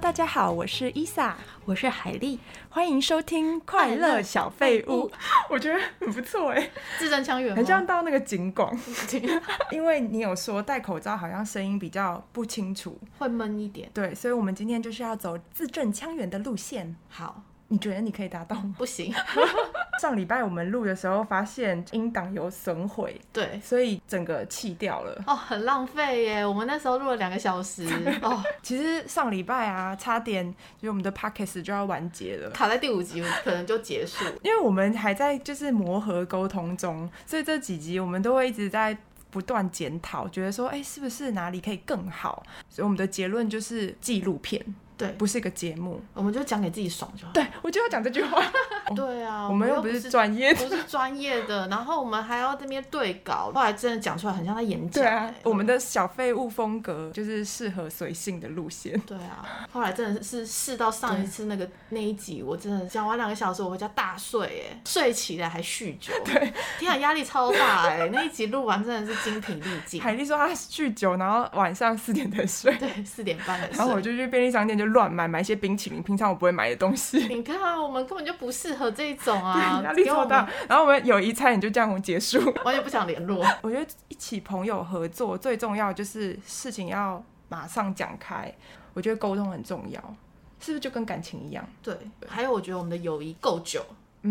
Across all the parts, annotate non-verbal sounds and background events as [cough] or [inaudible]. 大家好，我是伊萨，我是海丽，欢迎收听《快乐小废物》。 [laughs] 我觉得很不错哎、字正腔圆吗，很像到那个景广，因为你有说戴口罩好像声音比较不清楚，会闷一点。对，所以我们今天就是要走字正腔圆的路线。好，你觉得你可以达到 [laughs] 吗？不行，上礼拜我们录的时候发现音档有损毁，对，所以整个弃掉了。哦，很浪费耶。我们那时候录了两个 [laughs] 小时，哦，其实上礼拜啊，差点就是我们的 podcast 就要完结了。卡在第五集可能就结束。因为我们还在就是磨合沟通中，所以这几集我们都会一直在不断检讨，觉得说，哎、是不是哪里可以更好？所以我们的结论就是纪录片对，不是一个节目。 [laughs] 我们就讲给自己爽就好。对，我就要讲这句话。对啊，我们又又不是是专业的。不是专业的，然后我们还要这边对稿，后来真的讲出来很像在演讲哎对啊耶。，我们的小废物风格就是适合随性的路 [laughs] 线。对啊，后来真的是试到上一次那个那一集，我真的讲完两个小时，我回家大睡耶，睡起来还 [laughs] 酗酒，对，天啊，压力超大哎，那一集录完真的是精疲力尽，海丽说她酗酒，然后晚上四点才睡， [laughs] 对，四点半才然后我睡。就去便利商店就乱买，买一些冰淇淋，平常我不会买的东西。你看啊，我们根本就不适合这一种啊，压力给我超们大，，然后我们友谊餐也就这样结束。完全不想 [laughs] 联络。我觉得一起朋友合作最重要就是事情要马上讲开，我觉得沟通很重要，是不是就跟感情一样？对，还有我觉得我们的友谊够久，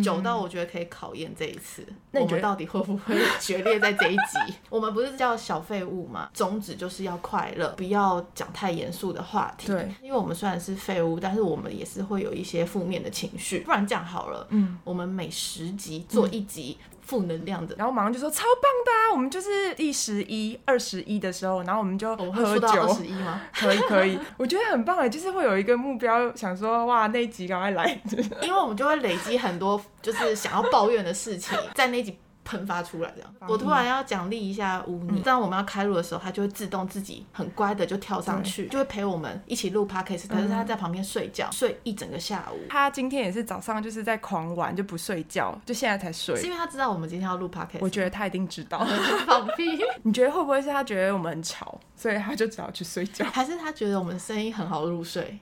久到我觉得可以考验这一次，嗯那你我觉们得到底会 [laughs] 不会决裂在这一集？我们不是叫小废物嘛，宗旨就是要快乐，不要讲太严肃的话题。对，因为我们虽然是废物，但是我们也是会有一些负面的情绪。不然这样好了，嗯，我们每十集做一集负能量的。然后马上就说超棒的啊！我们就是第十一、二十一的时候，然后我们就我们会喝哦出到二酒十，一吗？可以可以，我觉得很棒哎，就是会有一个目标，想说哇那一集赶快来，因为我们就会累积很多就是想要抱怨的事情，在那集喷发出来这样。我突然要奖励一下乌嗯尼，当我们要开录的时候，他就会自动自己很乖的就跳上去，就会陪我们一起录 podcast，可是嗯他在旁边睡觉，睡一整个下午。他今天也是早上就是在狂玩，就不睡觉，就现在才是睡。因为他知道我们今天要录我 podcast，觉得他一定知道， [laughs] 放屁， [laughs] 你觉得会不会是他觉得我们很吵，所以他就只好去睡觉？ [laughs] 还是他觉得我们声音很好入睡？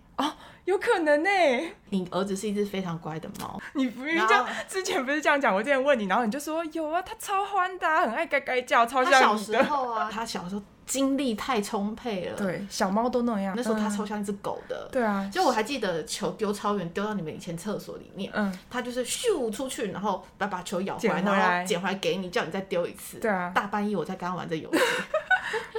有可能欸呢、你儿子是一只非常乖的猫，你不是然这样后，之前不是这样讲？我之前问你，然后你就说有啊，他超欢的啊、很爱嘎嘎叫，超他小像你时的。候啊，他小时候精力太充沛了，，对，小猫都那样。那时候他嗯超像一只狗的，对啊，就我还记得球丢超远，丢到你们以前厕所里面，嗯，他就是咻出去，然后把把球咬回捡回来，来然后捡回来给你，叫你再丢一次。对啊大半夜我在跟他玩这游戏，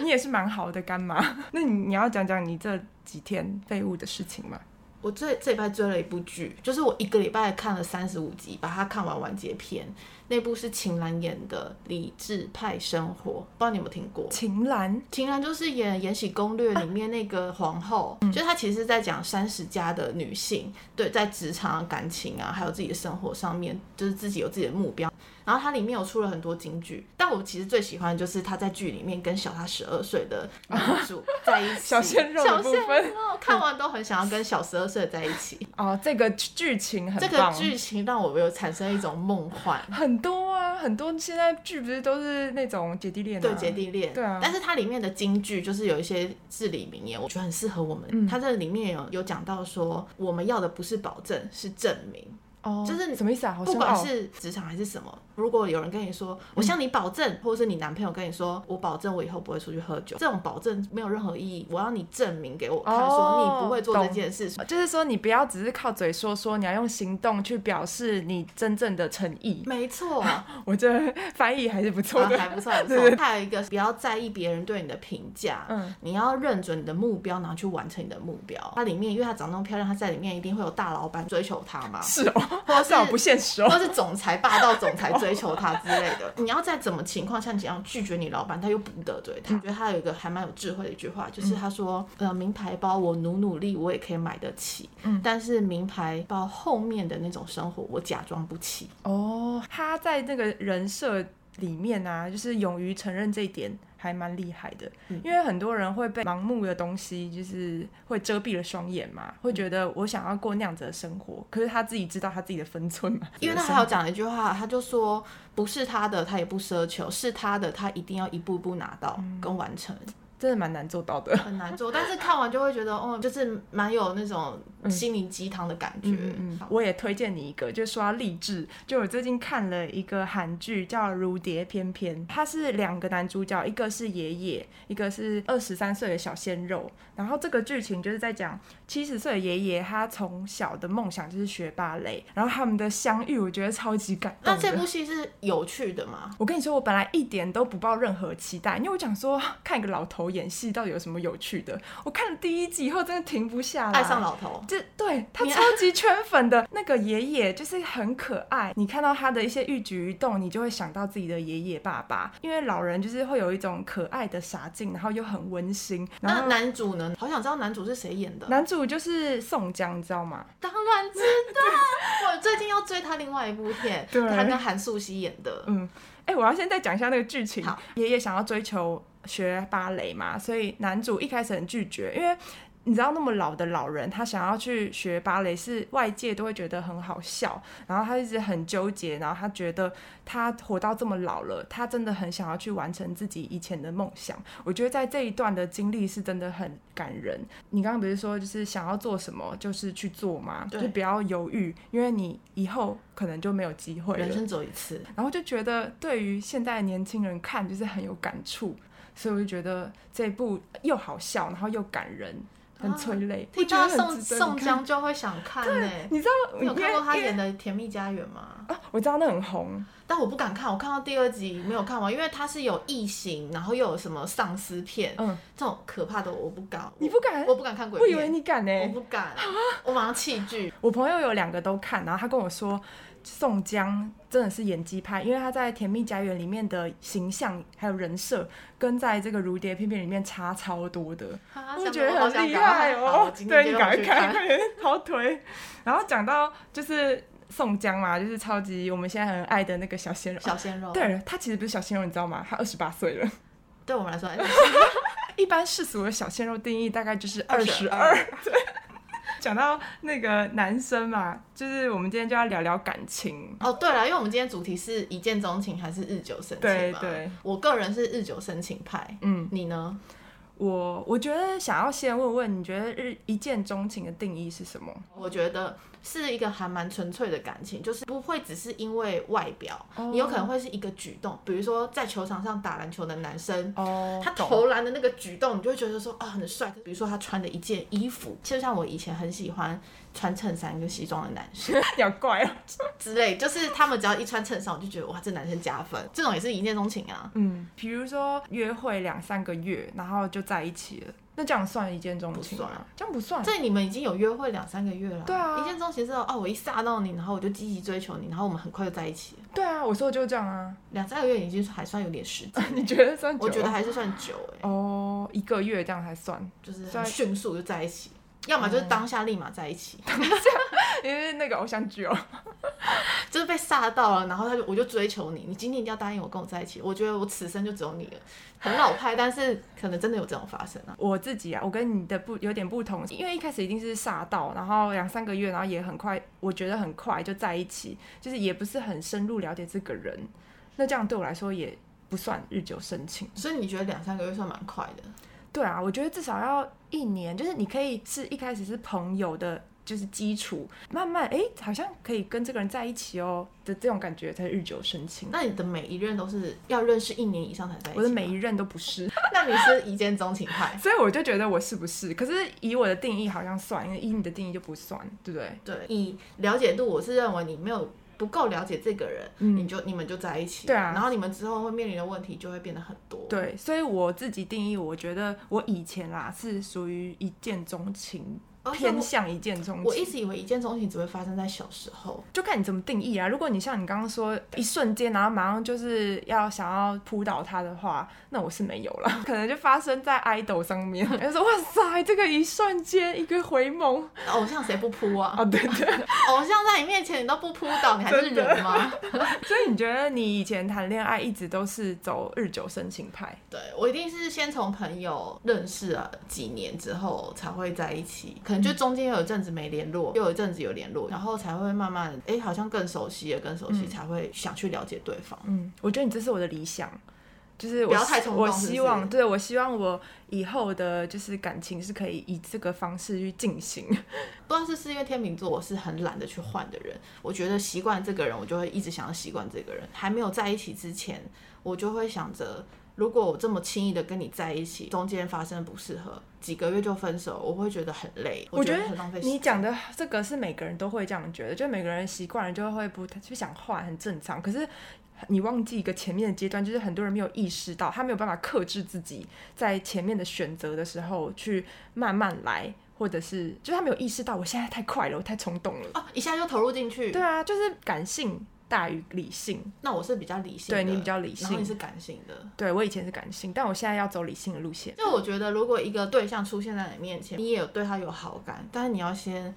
你也是蛮好的干妈。 [laughs] 那你你要讲讲你这几天废物的事情吗？我这这礼拜追了一部剧，就是我一个礼拜看了三十五集，把它看完完结篇。那部是秦岚演的《理智派生活》，不知道你有没有听过？秦岚，秦岚就是演《延禧攻略》啊里面那个皇后，嗯就是她其实是在讲三十加的女性，对，在职场啊、感情啊，还有自己的生活上面，就是自己有自己的目标。然后它里面有出了很多金句，但我其实最喜欢的就是她在剧里面跟小她十二岁的男 [laughs] 主在一起，小鲜肉的小部鲜分肉看完都很想要跟小十二岁的在一起。哦，这个剧情这很个棒。剧情让我有产生一种梦幻。很多啊，很多现在剧不是都是那种姐弟恋、啊？对姐弟恋，对啊但是它里面的金句就是有一些至理名言，我觉得很适合我们。嗯它这里面有有讲到说，我们要的不是保证，是证明。哦，就是什么意思啊？好不深管奥。是职场还是什么，如果有人跟你说我向你保证，或者是你男朋友跟你说我保证我以后不会出去喝酒，这种保证没有任何意义。我要你证明给我看，哦说你不会做这懂件事。就是说，你不要只是靠嘴说说，你要用行动去表示你真正的诚意。没错，我觉得翻译还是不错啊的。还不错，还不对错。还有一个，不要在意别人对你的评价，嗯，你要认准你的目标，然后去完成你的目标。它里面，因为她长那么漂亮，她在里面一定会有大老板追求她 [laughs] 嘛， [laughs] 是哦，或这好不现实哦。或是总裁霸道总裁追求她之类 [laughs] 的。你要在怎么情况下你要拒绝你老板，他又不得罪嗯他。我觉得他有一个还蛮有智慧的一句话，就是他说，呃，名牌包我努努力我也可以买得起，嗯，但是名牌包后面的那种生活我假装不起。哦，他在那个人设里面啊，就是勇于承认这一点，还蛮厉害的。因为很多人会被盲目的东西，就是会遮蔽了双眼嘛，会觉得我想要过那样子的生活，可是他自己知道他自己的分寸嘛。因为他还有讲了一句话，他就说不是他的他也不奢求，是他的他一定要一步一步拿到跟完成。真的蛮难做到的。嗯 [laughs] 很 [laughs] 难做，但是看完就会觉得，哦，就是蛮有那种心灵鸡汤的感觉。嗯嗯嗯，我也推荐你一个，就说到励志，就我最近看了一个韩剧叫《如蝶翩翩》，它是两个男主角，一个是爷爷，一个是二十三岁的小鲜肉。然后这个剧情就是在讲七十岁的爷爷，他从小的梦想就是学芭蕾，然后他们的相遇，我觉得超级感动那的。这部戏是有趣的吗？我跟你说，我本来一点都不抱任何期待，因为我想说看一个老头演戏到底有什么有趣的。我看了第一集以后，真的停不下来，爱上老头，这对他你超级圈粉的那个爷爷就是很可爱，你看到他的一些一举一动，你就会想到自己的爷爷爸爸，因为老人就是会有一种可爱的傻劲，然后又很温馨。然那后男主呢？好想知道男主是谁演的。男主就是宋江，你知道吗？当然 [laughs] 知道，我最近要追他另外一部片，对他跟韩素汐演的。嗯，哎、我要先再讲一下那个剧情好。爷爷想要追求学芭蕾嘛，所以男主一开始很拒绝，因为。你知道那么老的老人，他想要去学芭蕾，是外界都会觉得很好笑，然后他一直很纠结，然后他觉得他活到这么老了，他真的很想要去完成自己以前的梦想。我觉得在这一段的经历是真的很感人。你刚刚不是说就是想要做什么就是去做嘛，就对是不要犹豫，因为你以后可能就没有机会了。人生只有一次，然后就觉得对于现在的年轻人看就是很有感触，所以我就觉得这一部又好笑，然后又感人，很催泪。我啊听觉得到很宋值得宋你看，江就会想看呢。你知道你有看过他因为演的《甜蜜家园》吗？啊？我知道那很红，但我不敢看，我看到第二集没有看完，因为它是有异形，然后又有什么丧尸片，嗯，这种可怕的我不敢。你不敢我？我不敢看鬼我以片。为你啊敢呢、我不敢，我马上弃剧。我朋友有两个都看，然后他跟我说，宋江真的是演技派，因为他在《甜蜜家园》里面的形象还有人设，跟在这个《如蝶翩翩》里面差超多的。我觉得很厉害哦，对你你赶快看，看。快点 [laughs] 跑腿。然后讲到就是宋江嘛，就是超级我们现在很爱的那个小鲜肉。小鲜肉，对对，他其实不是小鲜肉，你知道吗？他二十八岁了。我们来说，哎一般世俗的小鲜肉定义大概就是二十二。 22对，讲到那个男生嘛，就是我们今天就要聊聊感情。哦，对了，因为我们今天主题是一见钟情还是日久生情对嘛？对，我个人是日久生情派，嗯，你呢？我我觉得想要先问问，你觉得日一见钟情的定义是什么？我觉得是一个还蛮纯粹的感情，就是不会只是因为外表，哦你有可能会是一个举动，比如说在球场上打篮球的男生。哦他投篮的那个举动，你就会觉得说啊、很帅。比如说他穿的一件衣服，就像我以前很喜欢穿衬衫跟西装的男生要怪哦。之类，就是他们只要一穿衬衫，我就觉得哇这男生加分，这种也是一见钟情啊。嗯，比如说约会两三个月，然后就在一起了，那这样算一见钟情不吗算？这样不算。这你们已经有约会两三个月了，对啊一见钟情是哦，我一吓到你，然后我就积极追求你，然后我们很快就在一起了，对啊，我说的就是这样啊。两三个月已经还算有点时间 [laughs] ，你觉得算久？我觉得还是算久哎、哦，一个月这样才算，就是算很迅速就在一起，要么嗯就是当下立马在一起， [laughs] [laughs] 因为那个偶像剧哦。就是被吓到了，然后他就我就追求你，你今天一定要答应我跟我在一起，我觉得我此生就只有你了，很老派，但是可能真的有这种发生啊。我自己啊，我跟你的不有点不同，因为一开始一定是吓到，然后两三个月，然后也很快，我觉得很快就在一起，就是也不是很深入了解这个人，那这样对我来说也不算日久生情。所以你觉得两三个月算蛮快的？对啊，我觉得至少要一年，就是你可以是一开始是朋友的，就是基础，慢慢哎，诶好像可以跟这个人在一起哦的这种感觉才日久生情。那你的每一任都是要认识一年以上才在一起吗？我的每一任都不是， [laughs]？那你是一见钟情派所以我就觉得我是不是？可是以我的定义好像算，因为以你的定义就不算，对不对？对，以了解度，我是认为你没有不够了解这个人，嗯你就你们就在一起，对啊然后你们之后会面临的问题就会变得很多，，对，所以我自己定义，我觉得我以前啦是属于一见钟情，而且偏哦我向一见钟我一情，直以为一见钟情只会发生在小时候，就看你怎么定义啊。如果你像你刚刚说一瞬间，然后马上就是要想要扑倒他的话，那我是没有了， [laughs] 可能就发生在 idol 上面。就说哇塞，这个一瞬间一个回 [laughs] 眸偶像谁不扑啊？ [laughs] 哦，对对。偶像在你面前你都不扑倒，你还是真的人吗？所以你觉得你以前谈恋爱一直都是走日久生情派？ [laughs] 对我一定是先从朋友认识了几年之后才会在一起，可能就中间有一阵子没联络，又有一阵子有联络，然后才会慢慢哎、嗯好像更熟悉了，更熟悉才会想去了解对方。嗯，我觉得你这是我的理想。就是不我要希太冲动我是不希是望，对我希望我以后的就是感情是可以以这个方式去进行。不知道是不是因为天秤座，我是很懒得去换的人。我觉得习惯这个人，我就会一直想要习惯这个人。还没有在一起之前，我就会想着，如果我这么轻易的跟你在一起，中间发生不适合，几个月就分手，我会觉得很累，我觉觉得很浪费时间。你讲的这个是每个人都会这样觉得，就每个人习惯了就会不太去想换，很正常。可是你忘记一个前面的阶段，就是很多人没有意识到，他没有办法克制自己在前面的选择的时候去慢慢来，或者是就是他没有意识到我现在太快了，我太冲动了。哦，一下就投入进去。对啊，就是感性大于理性。那我是比较理性的，对你比较理性然后你是感性的。对我以前是感性，但我现在要走理性的路线。就我觉得，如果一个对象出现在你面前，你也有对他有好感，但是你要先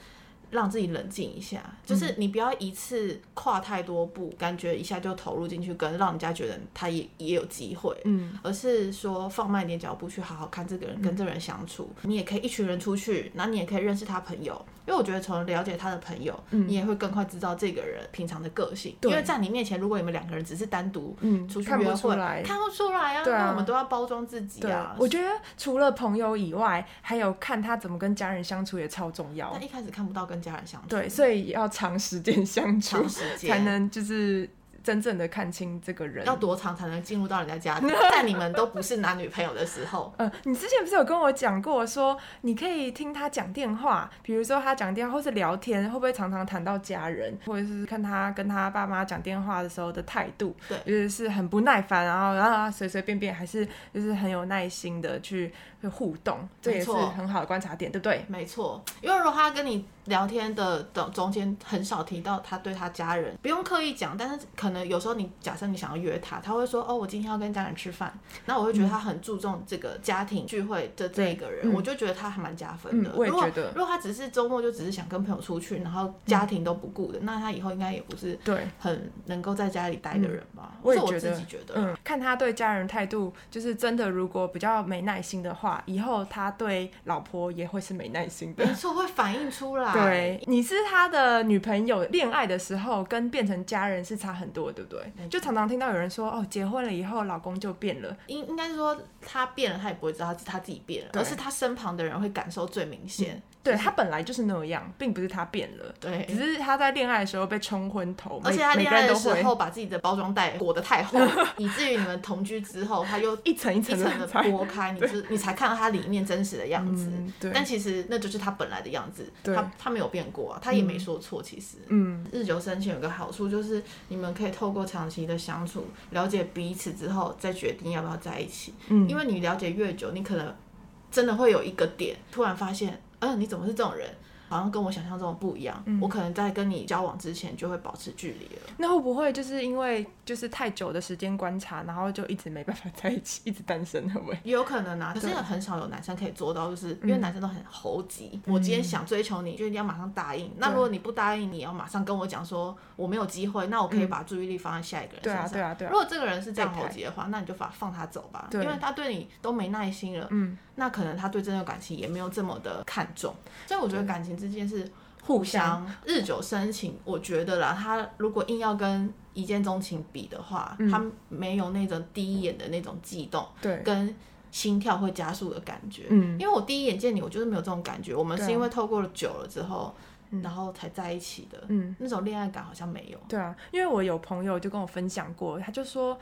让自己冷静一下，嗯就是你不要一次跨太多步，感觉一下就投入进去，跟让人家觉得他也也有机会。嗯，而是说放慢一点脚步，去好好看这个人，跟这个人相处。你也可以一群人出去，然后你也可以认识他朋友，因为我觉得从了解他的朋友，你也会更快知道这个人平常的个性。因嗯对为在你面前，如果你们两个人只是单独嗯出去看不约出会，来看不出来啊。对啊那我们都要包装自己对啊。我觉得除了朋友以外，还有看他怎么跟家人相处也超重要但。一开始看不到跟家人相处，对，所以要长时间相处，长时间才能就是真正的看清这个人。要多长才能进入到人家 [laughs] 家庭？在你们都不是男女朋友的时候，呃，你之前不是有跟我讲过说，你可以听他讲电话，比如说他讲电话或是聊天，会不会常常谈到家人，或者是看他跟他爸妈讲电话的时候的态度，对就是是很不耐烦，然后然后他随随便便，还是就是很有耐心的去去互动，这没也是错很好的观察点，对不对？没错。嗯因为如果他跟你聊天的中中间很少提到他对他家人，不用刻意讲，但是可能有时候你假设你想要约他，他会说哦，我今天要跟家人吃饭，那我会觉得他很注重这个家庭聚会的这一个人，嗯我就觉得他还蛮加分的。嗯我也如果觉得嗯如果他只是周末就只是想跟朋友出去，然后家庭都不顾的，那他以后应该也不是对。很能够在家里待的人吧？嗯我也这觉是得我自己觉得。嗯，看他对家人态度，就是真的，如果比较没耐心的话，以后他对老婆也会是没耐心的没。错，会反映出来。，对，你是他的女朋友，恋爱的时候跟变成家人是差很多的，对不没错对？就常常听到有人说，哦，结婚了以后老公就变了，应应该是说他变了，他也不会知道他他自己变了，对嗯而是他身旁的人会感受最明显。对他本来就是那样，并不是他变了，只对，是他在恋爱的时候被冲昏头，而且每他每恋个爱人的都时会候把自己的包装袋裹得太厚，以至于你们同居之后，他又 [laughs] 一层一一层层的的拆。剥开，你就你才看到他里面真实的样子。嗯，对，但其实那就是他本来的样子，对他他没有变过啊，他也没说错。其实，嗯，日久生情有个好处就是，你们可以透过长期的相处，了解彼此之后，再决定要不要在一起。嗯因为你了解越久，你可能真的会有一个点，突然发现，嗯，你怎么是这种人？好像跟我想象中的不一样。嗯我可能在跟你交往之前就会保持距离了。那会不会就是因为就是太久的时间观察，然后就一直没办法在一起，一直单身，会不会？也有可能啊，可是对嗯很少有男生可以做到，就是因为男生都很猴急。我今天想追求你，就一定要马上答应。那对如果你不答应，你要马上跟我讲说我没有机会，那我可以把注意力放在下一个人嗯对身上。啊，对啊，对啊如。果这个人是这样备胎猴急的话，那你就把放他走吧，因对为他对你都没耐心了，嗯，那可能他对这段感情也没有这么的看重，所以我觉得感情之间是互互相相日久生情。我觉得啦，他如果硬要跟一见钟情比的话，嗯他没有那种第一眼的那种悸动对，跟心跳会加速的感觉。嗯，因为我第一眼见你，我就是没有这种感觉。我们对啊是因为透过了久了之后，嗯然后才在一起的，嗯，那种恋爱感好像没有。对啊，因为我有朋友就跟我分享过，他就说，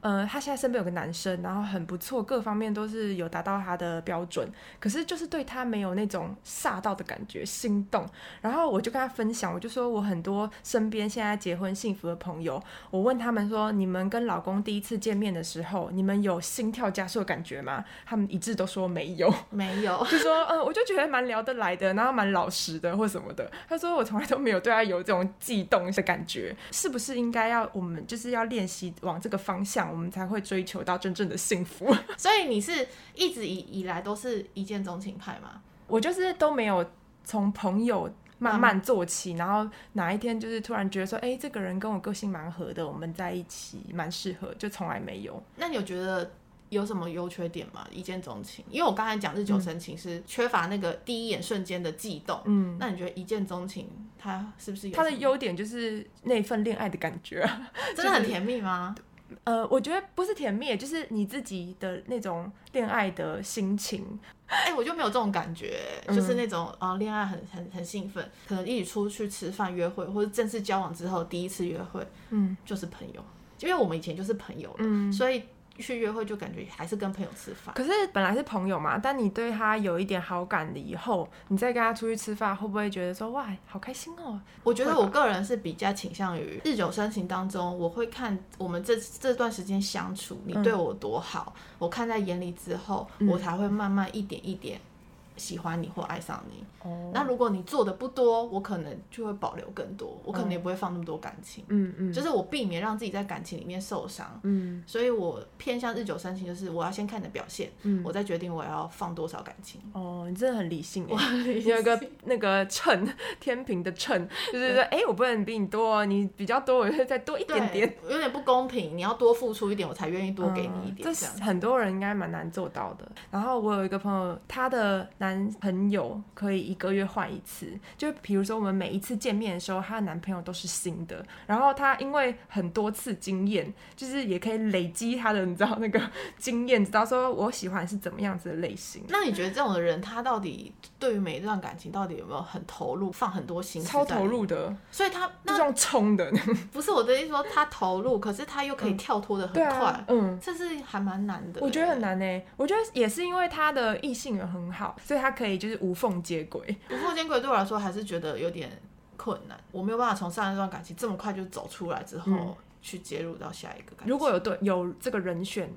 呃，他现在身边有个男生，然后很不错，各方面都是有达到他的标准，可是就是对他没有那种煞到的感觉，心动。然后我就跟他分享，我就说我很多身边现在结婚幸福的朋友，我问他们说，你们跟老公第一次见面的时候，你们有心跳加速的感觉吗？他们一致都说没有。没有， [laughs] 就说，嗯，我就觉得蛮聊得来的，然后蛮老实的或什么的。他说我从来都没有对他有这种悸动的感觉，是不是应该要我们就是要练习往这个方向，我们才会追求到真正的幸福？ [laughs] 所以你是一直以以来都是一见钟情派吗？我就是都没有从朋友。慢慢做起，然后哪一天就是突然觉得说，哎、这个人跟我个性蛮合的，我们在一起蛮适合，就从来没有。那你有觉得有什么优缺点吗？一见钟情，因为我刚才讲日久生情是缺乏那个第一眼瞬间的悸动。嗯，那你觉得一见钟情它是不是有他的什么优点就是那份恋爱的感觉啊、 [laughs] 真的很甜蜜吗？呃，我觉得不是甜蜜，就是你自己的那种恋爱的心情。哎、我就没有这种感觉，嗯就是那种啊，恋、爱很很很兴奋，可能一起出去吃饭、约会，或者正式交往之后第一次约会嗯就是朋友，因为我们以前就是朋友了，嗯，所以去约会就感觉还是跟朋友吃饭。可是本来是朋友嘛，但你对他有一点好感了以后，你再跟他出去吃饭，会不会觉得说哇，好开心哦？我觉得会吧我个人是比较倾向于日久生情当中，我会看我们这这段时间相处，你嗯对我多好，我看在眼里之后，嗯我才会慢慢一点一点喜欢你或爱上你。哦那如果你做的不多，我可能就会保留更多，我可能也不会放那么多感情，嗯嗯，就是是我避免让自己在感情里面受伤。嗯所以我偏向日久生情，就是我要先看你的表现，嗯，我再决定我要放多少感情。 [laughs] 哦，你真的很理性耶。你你有一个 [laughs] 那个秤，天平的秤，就是说，哎、我不能比你多，你比较多，我就再多一点点。对，有点不公平，你要多付出一点，我才愿意多给你一嗯点。这这样是很多人应该蛮难做到的。然后我有一个朋友，她的男朋友可以一个月换一次，就比如说我们每一次见面的时候，她的男朋友都是新的。然后她因为很多次经验，就是也可以累积她的，你知道那个经验，知道说我喜欢是怎么样子的类型。那你觉得这种的人，他到底对于每一段感情到底有没有很投入，放很多心思？超投，入的，所以他这那种冲的，不是我的意思说他投入，可是他又可以跳脱的很嗯对快，啊， [laughs] 嗯，这是还蛮难的。我觉得很难呢、欸我觉得也是因为他的异性缘很好，所以他可以就是无缝接轨。不过间轨对我来说还是觉得有点困难，我没有办法从上一段感情这么快就走出来之后。嗯去接入到下一个感情，如果有对有这个人选，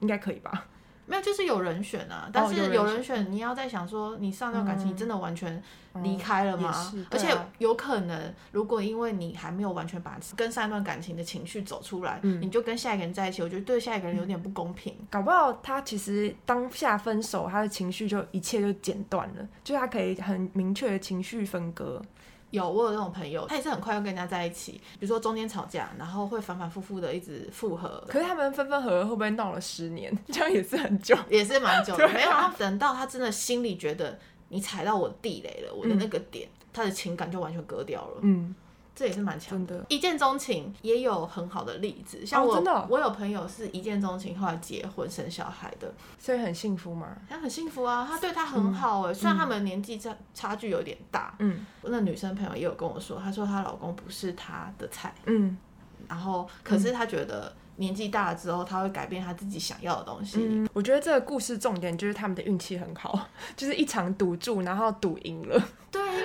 应该可以吧？没有就是有人选啊，但哦有人是有人选，你要在想说你上段感嗯情哦你真的完全离开了吗？也是而对且啊有可能，如果因为你还没有完全把跟上一段感情的情绪走出来，嗯你就跟下一个人在一起，我觉得对下一个人有点不公平。搞不好他其实当下分手，他的情绪就一切就剪断了，就他可以很明确的情绪分割。有，我有那种朋友，他也是很快就跟人家在一起，比如说中间吵架，然后会反反复复的一直复合。可是他们分分合合会不会闹了十年？ [laughs] 这样也是很久。也是蛮久对的，啊没有他等到他真的心里觉得你踩到我的地雷了，我的嗯那个点，他的情感就完全割掉了，嗯，这也是蛮强真的。一见钟情也有很好的例子，像哦我、真的哦我有朋友是一见钟情，后来结婚生小孩的，所以很幸福嘛。他很幸福啊，他对他很好哎、虽然他们年纪差差距有点大，嗯那女生朋友也有跟我说，她说她老公不是她的菜，嗯然后可是她觉得年纪大了之后，她会改变她自己想要的东西，嗯，我觉得这个故事重点就是他们的运气很好， [laughs] 就是一场赌注，然后赌赢了。对，因为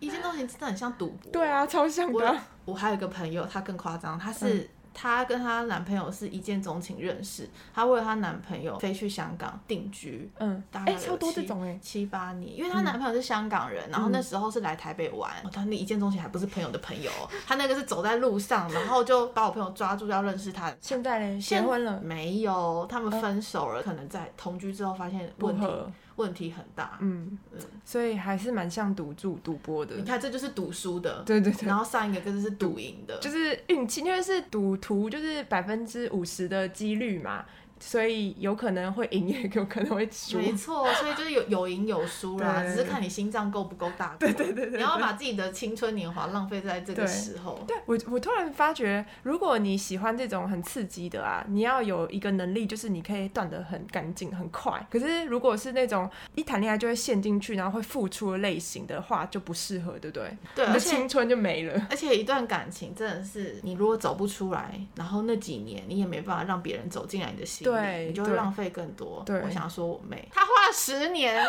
一见钟情真的很像赌博，对啊，超像的我啊。嗯我还有一个朋友，她更夸张，她是、她跟她男朋友是一见钟情认识，她为了她男朋友飞去香港定居，嗯，大哎、概有超多这七种哎、七八年，因为她男朋友是香港人，然后那时候是来台北玩，嗯哦她、那一见钟情还不是朋友的朋友哦，她那个是走在路上，然后就把我朋友抓住要认识她。现在嘞，结婚了，没有，他们分手了，可能在同居之后发现不问题合，问题很大。嗯嗯，所以还是蛮像赌注、赌博的你。看，这就是赌输的，对对对然后上一个更是赌赢的，就是运气，因为是赌徒，就是百分之五十的几率嘛，所以有可能会赢，也有 [laughs] 可能会输。没错，所以就是有有赢有输啦，对只是看你心脏够不够大。对对对对，你要把自己的青春年华浪费在这个对时候。对我，我突然发觉，如果你喜欢这种很刺激的啊，你要有一个能力，就是你可以断得很干净、很快。可是如果是那种一谈恋爱就会陷进去，然后会付出的类型的话，就不适合，对不对？对，你的而且青春就没了。而且一段感情真的是，你如果走不出来，然后那几年你也没办法让别人走进来你的心里，对你就会对浪费更多。对我想说我妹，她花了十 [laughs] 年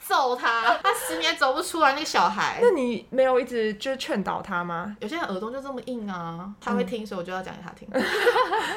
揍她，她十年走不出来那个小孩。那你没有一直就是劝导他吗？有些人耳朵就这么硬啊，他会听，所以我就要讲给他听。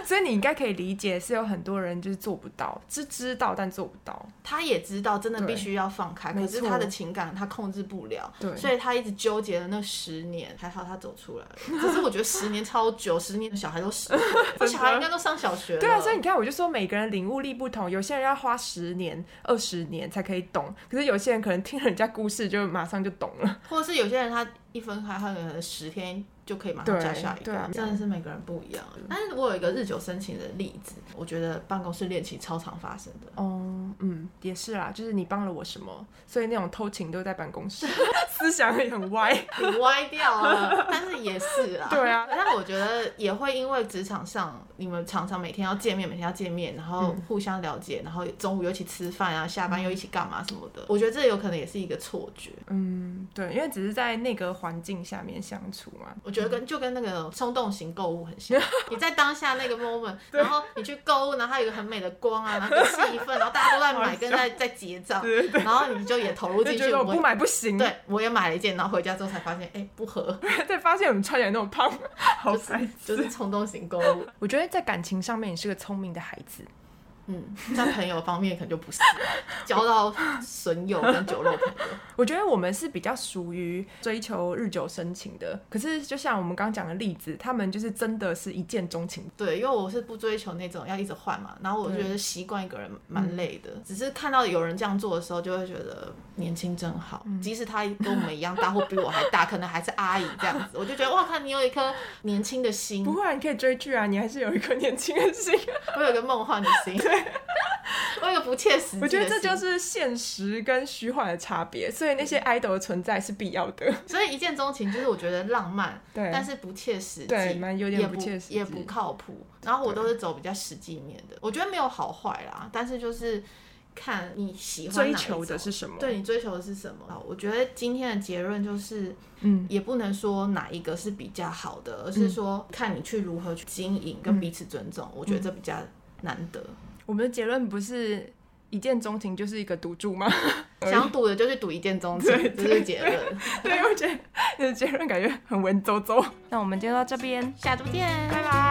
所以你应该可以理解，是有很多人就是做不到，是知道但做不到。他也知道真的对必须要放开，没可错是他的情感他控制不了，对所以他一直纠结了那十年，还好他走 [laughs] 出来了。可是我觉得十年超久，十年的小孩都十，我小孩应该都上小学了。对啊，所以你看，我就说每个人领悟力不同，有些人要花十年、二十年才可以懂，可是有些人可能听人家故事就马上就懂了。或者是有些人他一分开，他可能十天就可以马上对加下一对啊个，真的是每个人不一样。但是我有一个日久生情的例子，我觉得办公室恋情超常发生的。哦，嗯，也是啦，就是你帮了我什么，所以那种偷情都在办公室， [laughs] 思想也很歪。你歪掉了，但是也是啦。 [laughs] 对啊但我觉得也会因为职场上，你们常常每天要见面，每天要见面，然后嗯互相了解，然后中午又一起吃饭啊，下班又一起干嘛什么的。我觉得这有可能也是一个错觉。嗯，对，因为只是在那个环境下面相处嘛。我觉得跟就跟那个冲动型购物很 [laughs] 像，你在当下那个 moment，然后你去购物，然后它有一个很美的光啊，然后气氛，然后大家都在买，跟在在结 [laughs] 账，对然后你就也投入我就进觉去。得我我不买不行，对我也买了一件，然后回家之后才发现，哎、不合， [laughs] 对，发现我们穿起来那么胖， [laughs] 好白痴。就是冲动型购物。我觉得在感情上面，你是个聪明的孩子。嗯， [laughs] 在朋友方面可能就不是，交到损友跟酒肉朋友。我觉得我们是比较属于追求日久生情的，可是就像我们刚讲的例子，他们就是真的是一见钟情。对，因为我是不追求那种要一直换嘛，然后我觉得习惯一个人嗯蛮累的，只是看到有人这样做的时候，就会觉得年轻真好。嗯即使他跟我们一样大，或比我还大，可能还是阿姨这样子，我就觉得哇，看你有一颗年轻的心不，会、啊，你可以追剧啊，你还是有一颗年轻的心。我有一个梦幻的心，我有一个不切实际的心。我觉得这就是现实跟虚幻的差别，所以那些 idol 的存在是必要的。所以一见钟情就是我觉得浪漫，对但是不切实际，对蛮有点也不不切实际也不靠谱。然后我都是走比较实际面的，我觉得没有好坏啦，但是就是看你喜欢哪一追种求的是什么？，对你追求的是什么？好我觉得今天的结论就是，嗯，也不能说哪一个是比较好的，而是说看你去如何去经营嗯跟彼此尊重，我觉得这比较难得。我们的结论不是一见钟情就是一个赌注吗？ [laughs] 想赌的就去赌一见钟情，这是结论。对，我觉得你的结论感觉很文绉绉。那我们就到这边，下周见，拜拜。